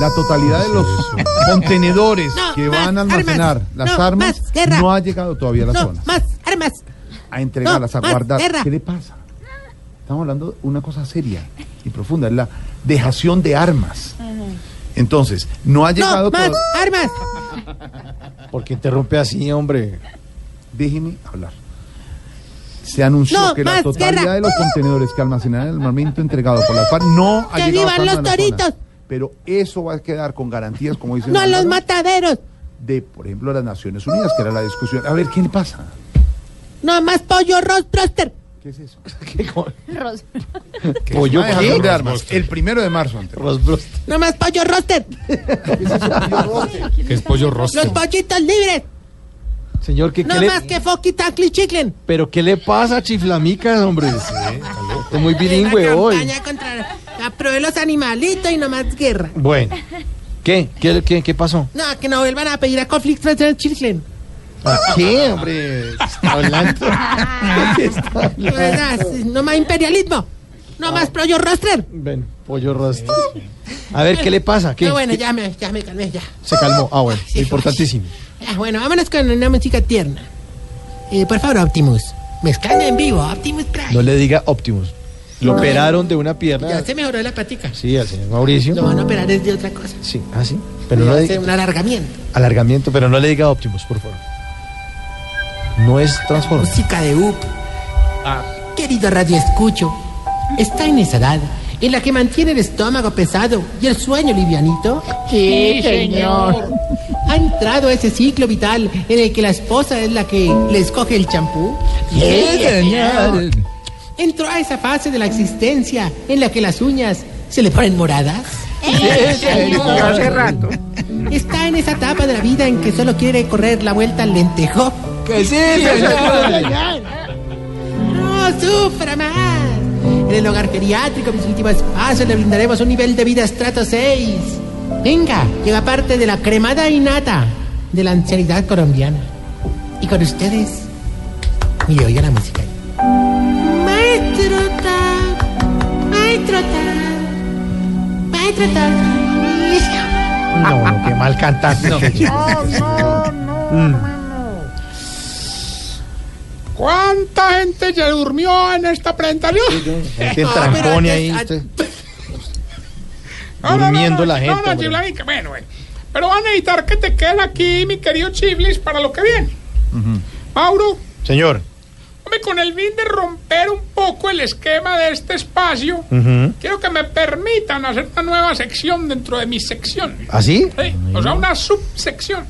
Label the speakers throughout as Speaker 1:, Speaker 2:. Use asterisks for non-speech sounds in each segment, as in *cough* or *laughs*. Speaker 1: La totalidad de los contenedores que van a almacenar las
Speaker 2: no,
Speaker 1: armas
Speaker 2: más, guerra.
Speaker 1: no ha llegado todavía a la
Speaker 2: No,
Speaker 1: zona
Speaker 2: más armas.
Speaker 1: a entregarlas,
Speaker 2: no,
Speaker 1: a
Speaker 2: más
Speaker 1: guardar.
Speaker 2: guerra.
Speaker 1: ¿Qué le pasa? Estamos hablando de una cosa seria y profunda, es la dejación de armas. Entonces, no ha llegado
Speaker 2: No, más
Speaker 1: todo-
Speaker 2: armas.
Speaker 3: ¿Por qué interrumpe así, hombre?
Speaker 1: Déjeme hablar. Se anunció
Speaker 2: No,
Speaker 1: que la
Speaker 2: más
Speaker 1: totalidad
Speaker 2: guerra.
Speaker 1: de los contenedores que almacenan el armamento entregado por la FARC no ha
Speaker 2: ¡Que
Speaker 1: llegado
Speaker 2: vivan
Speaker 1: hasta
Speaker 2: los
Speaker 1: la zona.
Speaker 2: toritos!
Speaker 1: Pero eso va a quedar con garantías, como dicen
Speaker 2: No a los
Speaker 1: Álvaro,
Speaker 2: mataderos.
Speaker 1: de, por ejemplo, las Naciones Unidas, que era la discusión. A ver, ¿qué le pasa?
Speaker 2: No más pollo roast roster.
Speaker 1: ¿Qué es eso?
Speaker 3: ¿Qué? ¿Pollo
Speaker 1: Una dejación de armas. El primero de marzo, antes.
Speaker 2: No más pollo roster.
Speaker 4: Que es pollo
Speaker 2: Los
Speaker 4: rostro.
Speaker 2: pollitos libres.
Speaker 3: Señor, ¿qué, qué
Speaker 2: No
Speaker 3: le,
Speaker 2: más que foqui tacle y chiclen.
Speaker 3: ¿pero qué le pasa a Chiflamicas, hombre? Es muy bilingüe
Speaker 2: La
Speaker 3: hoy.
Speaker 2: campaña contra la pro de los animalitos y no más guerra.
Speaker 3: Bueno, ¿qué? ¿Qué, qué, qué pasó?
Speaker 2: No, que no vuelvan a pedir a conflicto entre el
Speaker 3: *laughs*
Speaker 2: chiclen.
Speaker 3: ¿Qué, hombre? Está
Speaker 2: *laughs*
Speaker 3: hablando. ¿Qué está hablando?
Speaker 2: No más- No más imperialismo.
Speaker 3: Ah.
Speaker 2: No más pollo roster.
Speaker 3: Bueno, pollo rostro. A ver, ¿qué le pasa? ¿Qué?
Speaker 2: No, Ah, bueno,
Speaker 3: ¿Qué?
Speaker 2: ya me, ya me calmé, ya.
Speaker 3: Se calmó. Ah, bueno, *laughs* importantísimo.
Speaker 2: Ya, Ah, bueno, vámonos con una música tierna. Eh, por favor, Optimus. Mezclando en vivo, Optimus Prime.
Speaker 3: No le diga Optimus. Lo operaron de una pierna.
Speaker 2: Ya se mejoró la patica.
Speaker 3: Sí, al señor Mauricio.
Speaker 2: Lo van a operar es de otra cosa.
Speaker 3: Sí, ah, sí. Pero no
Speaker 2: Le
Speaker 3: le
Speaker 2: hace
Speaker 3: diga
Speaker 2: un alargamiento.
Speaker 3: alargamiento, pero no le diga Optimus, por favor. No es Transformers.
Speaker 2: Música de UP. Querido Radio Escucho, está en esa edad en la que mantiene el estómago pesado y el sueño livianito. Sí, señor. Ha entrado ese ciclo vital en el que la esposa es la que le escoge el champú. Sí, señor. Entró a esa fase de la existencia en la que las uñas se le ponen moradas.
Speaker 1: Hace rato.
Speaker 2: Está en esa etapa de la vida en que solo quiere correr la vuelta al lentejo.
Speaker 3: ¿Qué es eso?
Speaker 2: No sufra más. En el hogar geriátrico, mis últimos pasos, le brindaremos un nivel de vida estrato 6. Venga, llega parte de la cremada innata de la ancianidad colombiana. Y con ustedes, mire, oiga la música. Maestro Ta, maestro Ta, maestro Ta.
Speaker 3: No, no, qué mal cantante.
Speaker 5: ¿Cuánta gente se durmió en esta presentación?
Speaker 3: Gente
Speaker 2: No,
Speaker 3: trancone
Speaker 2: pero
Speaker 3: ahí.
Speaker 2: antes-
Speaker 3: usted. Durmiendo la gente.
Speaker 5: No, no,
Speaker 3: hombre.
Speaker 5: Chiflanica, bueno, bueno. Pero van a necesitar que te quedes aquí, mi querido Chiflis, para lo que viene. Mauro,
Speaker 3: Señor.
Speaker 5: hombre, con el fin de romper un poco el esquema de este espacio,
Speaker 3: Ujú.
Speaker 5: quiero que me permitan hacer una nueva sección dentro de mi sección.
Speaker 3: ¿Así?
Speaker 5: Sí, O sea, una subsección.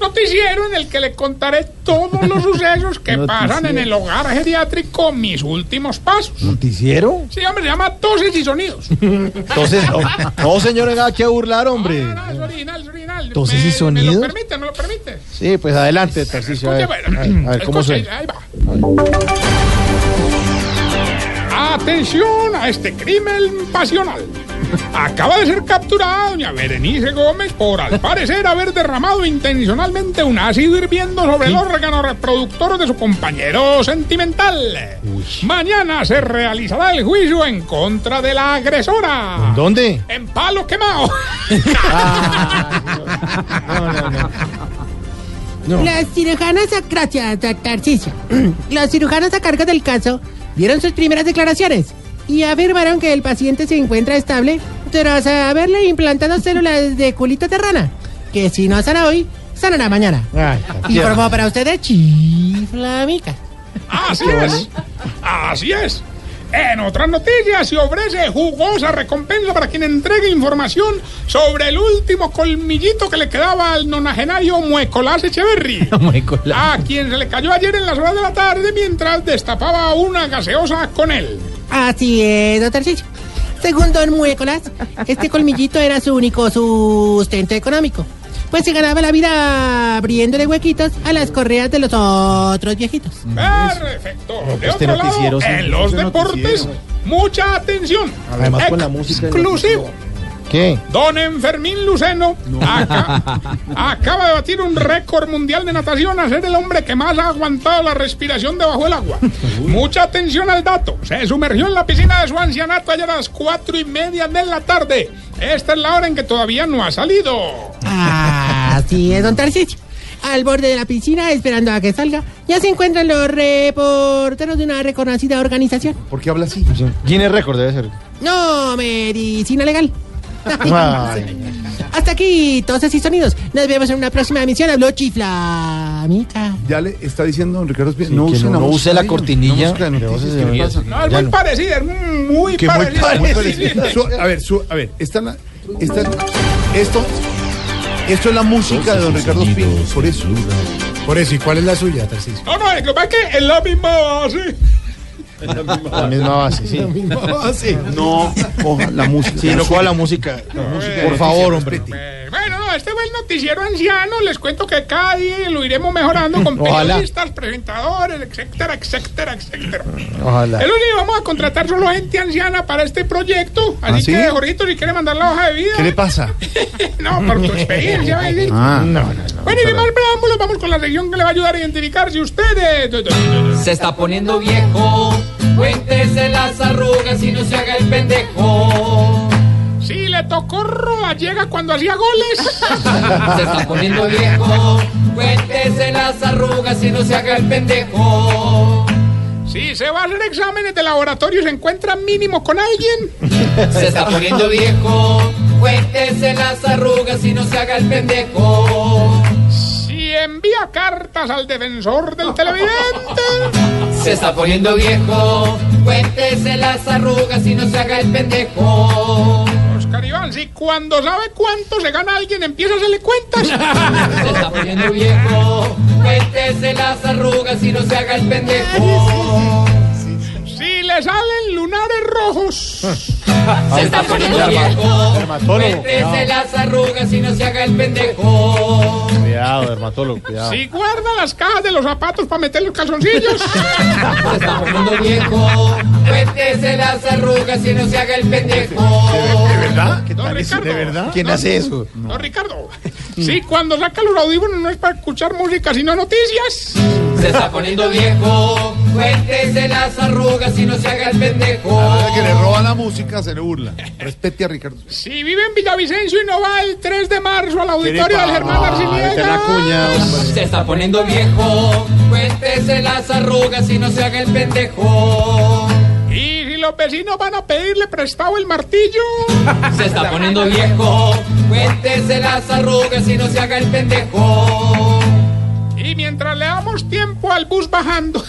Speaker 5: Noticiero en el que le contaré todos los sucesos
Speaker 3: *laughs*
Speaker 5: que pasan en el hogar geriátrico mis últimos pasos.
Speaker 3: ¿Noticiero?
Speaker 5: Sí, hombre, se llama Toses y Sonidos.
Speaker 3: Entonces, no, no, señor, venga aquí a burlar, hombre.
Speaker 5: Ah, No, no, es original, es original.
Speaker 3: ¿Toses y
Speaker 5: Me-
Speaker 3: sonidos?
Speaker 5: ¿Me lo permite? ¿Me lo permite?
Speaker 3: Sí, pues adelante, Tarcicio. A ver, a ver, a ver cómo
Speaker 5: Escuche,
Speaker 3: suena.
Speaker 5: Ahí va. Atención a este crimen pasional. Acaba de ser capturada doña Berenice Gómez por al parecer haber derramado intencionalmente un ácido hirviendo sobre el órgano reproductor de su compañero sentimental. Mañana se realizará el juicio en contra de la agresora.
Speaker 3: ¿Dónde?
Speaker 5: En palo quemado.
Speaker 2: Las cirujanas a gracias, Tar- Tarcisio. *clears throat* Los cirujanos a cargo del caso dieron sus primeras declaraciones y afirmaron que el paciente se encuentra estable tras haberle implantado células de culito terrana, que si no sana hoy, sanará mañana.
Speaker 3: Ay,
Speaker 2: Informó para ustedes Chiflamica.
Speaker 5: Así es. Así es. En otras noticias se ofrece jugosa recompensa para quien entregue información sobre el último colmillito que le quedaba al nonagenario
Speaker 3: *laughs*
Speaker 5: Muecolás Echeverry. A quien se le cayó ayer en las horas de la tarde mientras destapaba una gaseosa con él.
Speaker 2: Así es, doctor Tarcisio. Según Don Muécolas, este colmillito era su único sustento económico. Pues se ganaba la vida abriéndole huequitos a las correas de los otros viejitos.
Speaker 3: Mm,
Speaker 5: Perfecto.
Speaker 3: este
Speaker 5: De otro lado,
Speaker 3: noticiero, sí,
Speaker 5: en los
Speaker 3: este
Speaker 5: deportes,
Speaker 3: noticiero.
Speaker 5: mucha atención.
Speaker 3: Además, con la música del
Speaker 5: Exclusivo.
Speaker 3: ¿Qué?
Speaker 5: Don Enfermín Luceno aca- acaba de batir un récord mundial de natación a ser el hombre que más ha aguantado la respiración debajo del agua. Mucha atención al dato. Se sumergió en la piscina de su ancianato ayer a las cuatro y media de la tarde. Esta es la hora en que todavía no ha salido.
Speaker 2: Así es, don Tarcicio. Al borde de la piscina, esperando a que salga, ya se encuentran los reporteros de una reconocida organización.
Speaker 1: ¿Por qué habla así?
Speaker 3: Guinness Record debe ser.
Speaker 2: No, medicina legal.
Speaker 3: Ay.
Speaker 2: Hasta aquí, entonces y sonidos. Nos vemos en una próxima emisión. Habló Chiflamica.
Speaker 1: Ya le está diciendo don Ricardo Espina,
Speaker 3: Sí, que no- no
Speaker 1: voz
Speaker 3: use la
Speaker 1: cariño,
Speaker 3: cortinilla.
Speaker 1: no use la
Speaker 3: Que
Speaker 1: noticias,
Speaker 3: voces
Speaker 1: ¿qué le
Speaker 3: de-
Speaker 1: pasa?
Speaker 5: No, es
Speaker 3: Ya
Speaker 5: muy
Speaker 3: no.
Speaker 5: parecida, es muy
Speaker 1: Que muy
Speaker 5: parecida.
Speaker 1: parecida. Su- A ver, su- a ver, esta es la- esta es- esto, esto es la música de don Ricardo Espina, por eso. Por eso, ¿y cuál es la suya,
Speaker 3: *laughs*
Speaker 1: Tarcísio?
Speaker 5: *laughs* No, no, lo que pasa es que es la misma base.
Speaker 3: La misma base, sí.
Speaker 1: *laughs* No, coja la música.
Speaker 3: Sí, no coja la música. Por favor, hombre.
Speaker 5: Eh, Bueno, no, este fue el noticiero anciano. Les cuento que cada día lo iremos mejorando *laughs* con
Speaker 3: Ojalá.
Speaker 5: periodistas, presentadores, etcétera, etcétera, etcétera.
Speaker 3: Ojalá.
Speaker 5: El único vamos a contratar solo gente anciana para este proyecto. Así
Speaker 1: ¿Ah, sí?
Speaker 5: que, Jorgito, si quiere mandar la hoja de vida.
Speaker 1: ¿Qué le pasa?
Speaker 5: *laughs* no, por tu experiencia, *laughs* baby.
Speaker 1: Ah, no,
Speaker 5: Bueno, y sin más preámbulos, vamos con la sección que le va a ayudar a identificar si ustedes.
Speaker 4: Se está poniendo viejo, cuéntese las arrugas y no se haga el pendejo.
Speaker 5: Si le tocó roba, llega cuando hacía *laughs* goles.
Speaker 4: Se está poniendo viejo, cuéntese las arrugas y no se haga el pendejo.
Speaker 5: Si se va a hacer exámenes de laboratorio y se encuentra mínimo con alguien.
Speaker 4: Se está poniendo viejo, cuéntese las arrugas y no se haga el pendejo.
Speaker 5: Si envía cartas al defensor del televidente.
Speaker 4: Se está poniendo viejo, cuéntese las arrugas y no se haga el pendejo.
Speaker 5: Oscar Iván, si cuando sabe cuánto se gana alguien empieza a
Speaker 3: *laughs*
Speaker 5: hacerle cuentas.
Speaker 4: Se está poniendo viejo, cuéntese las arrugas y no se haga el pendejo.
Speaker 5: Si le salen lunares rojos.
Speaker 3: *laughs*
Speaker 4: Se está poniendo viejo, cuéntese las arrugas y no se haga el pendejo.
Speaker 3: Cuidado, dermatólogo, cuidado.
Speaker 5: Si guarda las cajas de los zapatos para meter
Speaker 3: *laughs*
Speaker 5: los calzoncillos.
Speaker 4: Se está poniendo viejo, cuéntese las arrugas y no se haga el pendejo.
Speaker 1: ¿Verdad? ¿Qué
Speaker 5: Don
Speaker 1: tal eso? ¿De
Speaker 5: Ricardo.
Speaker 1: verdad?
Speaker 3: ¿Quién hace eso?
Speaker 5: No, Ricardo. Si cuando saca los audífonos no es para escuchar música, sino noticias.
Speaker 4: Se está poniendo viejo, cuéntese las arrugas y no se haga el
Speaker 1: Ahora que le
Speaker 4: pendejo.
Speaker 1: roba la música, se le burla. Respete a Ricardo.
Speaker 5: Si vive en Villavicencio y no va el 3 de marzo al auditorio del
Speaker 3: Vete a
Speaker 5: Germán
Speaker 3: Ah, la
Speaker 5: Arciniega.
Speaker 3: cuña, hombre.
Speaker 4: Se está poniendo viejo, cuéntese las arrugas y no se haga el pendejo.
Speaker 5: Y si los vecinos van a pedirle prestado el martillo.
Speaker 4: Se está poniendo viejo, cuéntese las arrugas y no se haga el pendejo.
Speaker 5: Y mientras le damos tiempo al
Speaker 6: *laughs*
Speaker 5: bus bajando.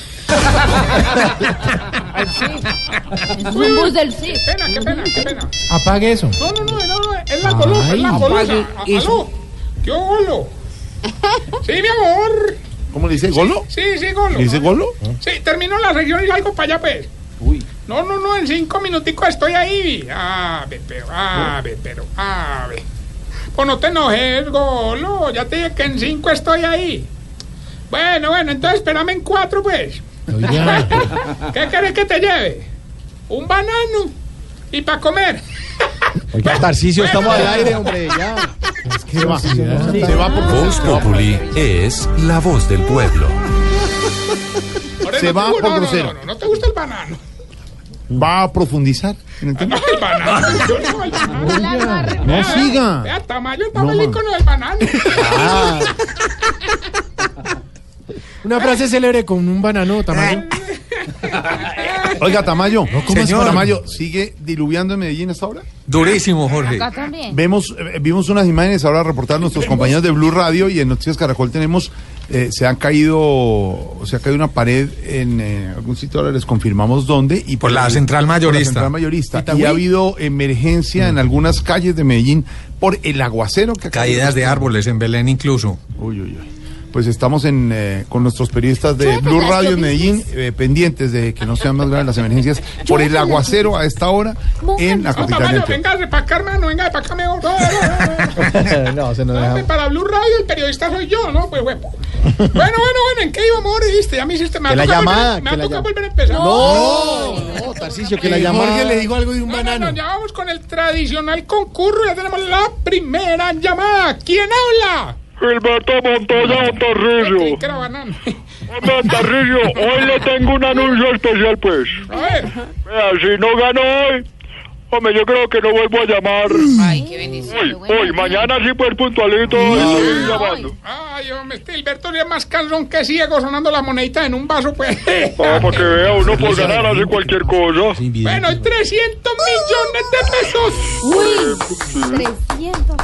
Speaker 6: Un bus del sí.
Speaker 5: Qué pena, qué pena, qué pena.
Speaker 3: Apague eso.
Speaker 5: No, no, no, no, no, es la golosa, es la golosa. A- Aló, ¿qué golo? Sí, mi amor.
Speaker 1: ¿Cómo le dice? ¿Golo?
Speaker 5: Sí, sí, golo.
Speaker 1: ¿Le dice golo?
Speaker 5: Sí, termino la región y salgo para allá, pues.
Speaker 1: Uy.
Speaker 5: No, no, no, en cinco minuticos estoy ahí. A ver, pero, a ver, pero, a ver. Pues no te enojes, golo. Ya te dije que en cinco estoy ahí. Bueno, bueno, entonces espérame en cuatro, pues. ¿Qué querés que te lleve? Un banano. Y para comer.
Speaker 3: Oiga, Tarcicio, estamos al aire, hombre, ya. se va. Se va por
Speaker 7: Voz Populi es la voz del pueblo.
Speaker 5: Ahora,
Speaker 1: Se
Speaker 5: no te
Speaker 1: va
Speaker 5: gu-
Speaker 1: por
Speaker 5: no, no,
Speaker 1: grosero.
Speaker 5: No, no, no te gusta el banano. *laughs*
Speaker 1: ¿Va a profundizar en el tema?
Speaker 5: No, el banano. Yo no, el banano.
Speaker 1: No siga.
Speaker 5: Vea, Tamayo
Speaker 1: No,
Speaker 5: estaba el
Speaker 1: man.
Speaker 5: icono del banano.
Speaker 3: Una frase célebre con un banano, tamaño.
Speaker 1: Oiga, Tamayo, ¿cómo
Speaker 7: Señor.
Speaker 1: es Tamayo? ¿Sigue diluviando en Medellín hasta ahora?
Speaker 7: Durísimo, Jorge.
Speaker 6: Acá también.
Speaker 1: Vemos, eh, vimos unas imágenes ahora reportadas nuestros compañeros de Blue Radio y en Noticias Caracol tenemos, eh, se han caído, se ha caído una pared en eh, algún sitio, ahora les confirmamos dónde. Y
Speaker 7: Por la central
Speaker 1: Por la
Speaker 7: mayorista.
Speaker 1: central mayorista. Y
Speaker 3: Itagüí.
Speaker 1: ha habido emergencia en algunas calles de Medellín por el aguacero que ha caído.
Speaker 7: Caídas de árboles en Belén incluso.
Speaker 1: Uy, uy, uy. pues estamos en, eh, con nuestros periodistas de
Speaker 6: Llueven
Speaker 1: Blue
Speaker 6: las
Speaker 1: Radio en
Speaker 6: lloviznas.
Speaker 1: Medellín, eh, pendientes de que no sean más graves las emergencias por el
Speaker 6: las
Speaker 1: aguacero a esta hora en la
Speaker 5: No,
Speaker 1: capital del
Speaker 5: Tamayo,
Speaker 1: país.
Speaker 5: venga de pa' acá, hermano, venga de pa' acá mejor. No, no, no, no.
Speaker 3: *laughs* no, se nos
Speaker 5: No, hombre,
Speaker 3: deja.
Speaker 5: para Blue Radio el periodista soy yo, ¿no? Pues bueno. Bueno, bueno, bueno, ¿en qué iba, amor? Viste, ya me hiciste, me
Speaker 3: Que
Speaker 5: va
Speaker 3: la
Speaker 5: a tocar
Speaker 3: llamada,
Speaker 5: volver, me
Speaker 3: que
Speaker 5: va
Speaker 3: la
Speaker 5: a tocar
Speaker 3: llam-
Speaker 5: volver a empezar.
Speaker 3: No, no, Tarcicio, que la
Speaker 1: Eh,
Speaker 3: llamada.
Speaker 1: Jorge le dijo algo de un
Speaker 5: No, no,
Speaker 1: banano.
Speaker 5: no, ya vamos con el tradicional concurso, ya tenemos la primera llamada. ¿Quién habla?
Speaker 8: Gilberto Montoya
Speaker 5: Creí
Speaker 8: Tarrillo.
Speaker 5: que era banano.
Speaker 8: Hombre, Tarrillo, hoy le tengo un anuncio especial, pues.
Speaker 5: *laughs* A ver,
Speaker 8: Vea, si no gano hoy, hombre, yo creo que no vuelvo a llamar.
Speaker 5: Mm.
Speaker 6: Ay, qué bendición.
Speaker 8: Hoy,
Speaker 6: qué bueno.
Speaker 8: hoy, mañana sí, pues puntualito, estoy llamando.
Speaker 5: ay, hombre, este Gilberto ya es más calzón que ciego sonando las moneditas en un
Speaker 8: *laughs*
Speaker 5: vaso, pues.
Speaker 8: Ah, para que vea, uno por ganar hace cualquier cosa.
Speaker 5: Bueno, hay 300 millones de pesos.
Speaker 6: Uy, 300.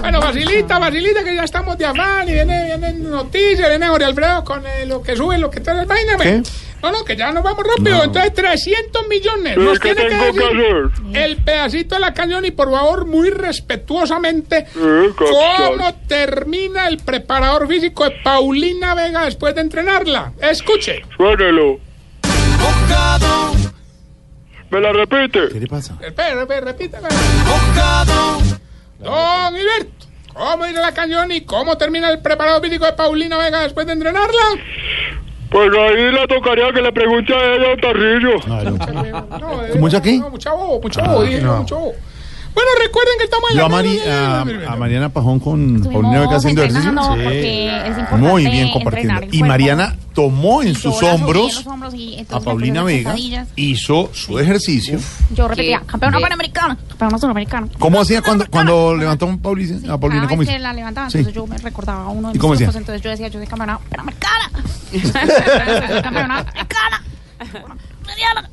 Speaker 5: Bueno, facilita, facilita, que ya estamos de afán y viene, vienen noticias, viene Jorge Alfredo con eh, lo que sube, lo que trae el vaina.
Speaker 1: ¿Qué?
Speaker 5: ¿Qué? No, no, que ya nos vamos rápido. Entonces, 300 millones.
Speaker 8: ¿Y
Speaker 5: Nos
Speaker 8: qué
Speaker 5: tiene que
Speaker 8: tengo que
Speaker 5: decir
Speaker 8: hacer?
Speaker 5: el pedacito de la cañón y por favor, muy respetuosamente,
Speaker 8: Eh, capitán.
Speaker 5: ¿cómo termina el preparador físico de Paulina Vega después de entrenarla? Escuche.
Speaker 8: Suénelo. ¿Me la repite?
Speaker 1: ¿Qué le pasa?
Speaker 5: Espera, espera, repítame. Don Gilberto, ¿cómo irá la cañón y cómo termina el preparado físico de Paulina Vega después de entrenarla?
Speaker 8: Pues ahí le tocaría que le pregunte a ella, Tarrillo.
Speaker 5: No, eh,
Speaker 1: ¿Mucho aquí? Ah,
Speaker 5: No, mucho bobo, mucho bobo, dije,
Speaker 1: no.
Speaker 5: mucho bobo. Bueno, recuerden que estamos en
Speaker 1: Yo
Speaker 5: eh, la
Speaker 1: a, Mari-
Speaker 5: mano de-
Speaker 1: a- a Mariana Pajón con Paulina Vega
Speaker 9: Estuvimos
Speaker 1: haciendo ejercicio.
Speaker 9: entrenando
Speaker 1: Sí.
Speaker 9: porque es importante
Speaker 1: Muy bien
Speaker 9: entrenar
Speaker 1: compartiendo.
Speaker 9: el
Speaker 1: Y
Speaker 9: cuerpo.
Speaker 1: Mariana tomó en
Speaker 9: Y yo
Speaker 1: sus
Speaker 9: la subí en los
Speaker 1: hombros
Speaker 9: hombros y entonces
Speaker 1: a
Speaker 9: me
Speaker 1: Paulina
Speaker 9: puse las
Speaker 1: Vega,
Speaker 9: sentadillas.
Speaker 1: hizo su ejercicio.
Speaker 9: Yo repetía,
Speaker 6: Qué
Speaker 9: campeona
Speaker 6: be-
Speaker 9: panamericana, campeona suramericana.
Speaker 1: ¿Cómo hacía
Speaker 9: Ah,
Speaker 1: cuando, cuando levantó a Paulina? a Paulina,
Speaker 9: Cada
Speaker 1: ¿cómo
Speaker 9: vez
Speaker 1: hizo?
Speaker 9: Ah, que la levantaba,
Speaker 1: Sí.
Speaker 9: entonces yo me recordaba uno de
Speaker 1: ¿Y
Speaker 9: mis
Speaker 1: cómo
Speaker 9: triunfos,
Speaker 1: decía?
Speaker 9: entonces yo decía, yo soy campeona
Speaker 1: *laughs*
Speaker 9: panamericana. *laughs* campeona panamericana.
Speaker 1: Ah.
Speaker 9: Mariana.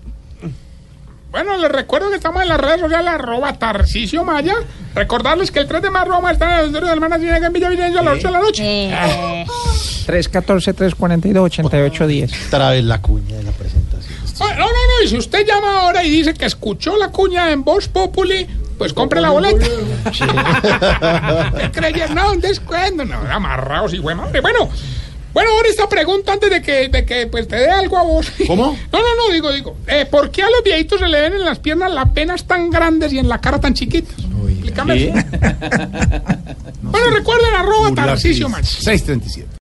Speaker 5: Bueno, les recuerdo que estamos en las redes sociales, arroba Tarcicio Maya. Recordarles que el 3 de marzo vamos a estar en el auditorio del Manager en Villavicencio a las 8 de la noche.
Speaker 9: Eh,
Speaker 4: 314-342-8810.
Speaker 3: Otra vez la cuña de la presentación.
Speaker 5: Ah, No, no, no, y si usted llama ahora y dice que escuchó la cuña en Voz Populi, pues compre la boleta. *laughs* ¿Qué creyeron? No, un descuento, no, amarrados y güey madre. Bueno, bueno, ahora esta pregunta antes de que, de que pues, te dé algo a vos.
Speaker 1: ¿Cómo?
Speaker 5: *laughs* No, no, no, digo, digo, eh, ¿por qué a los viejitos se le ven en las piernas las penas tan grandes y en la cara tan chiquitas? Explícame eso. bueno, recuerden arroba Tarcicio Maya.
Speaker 1: 637.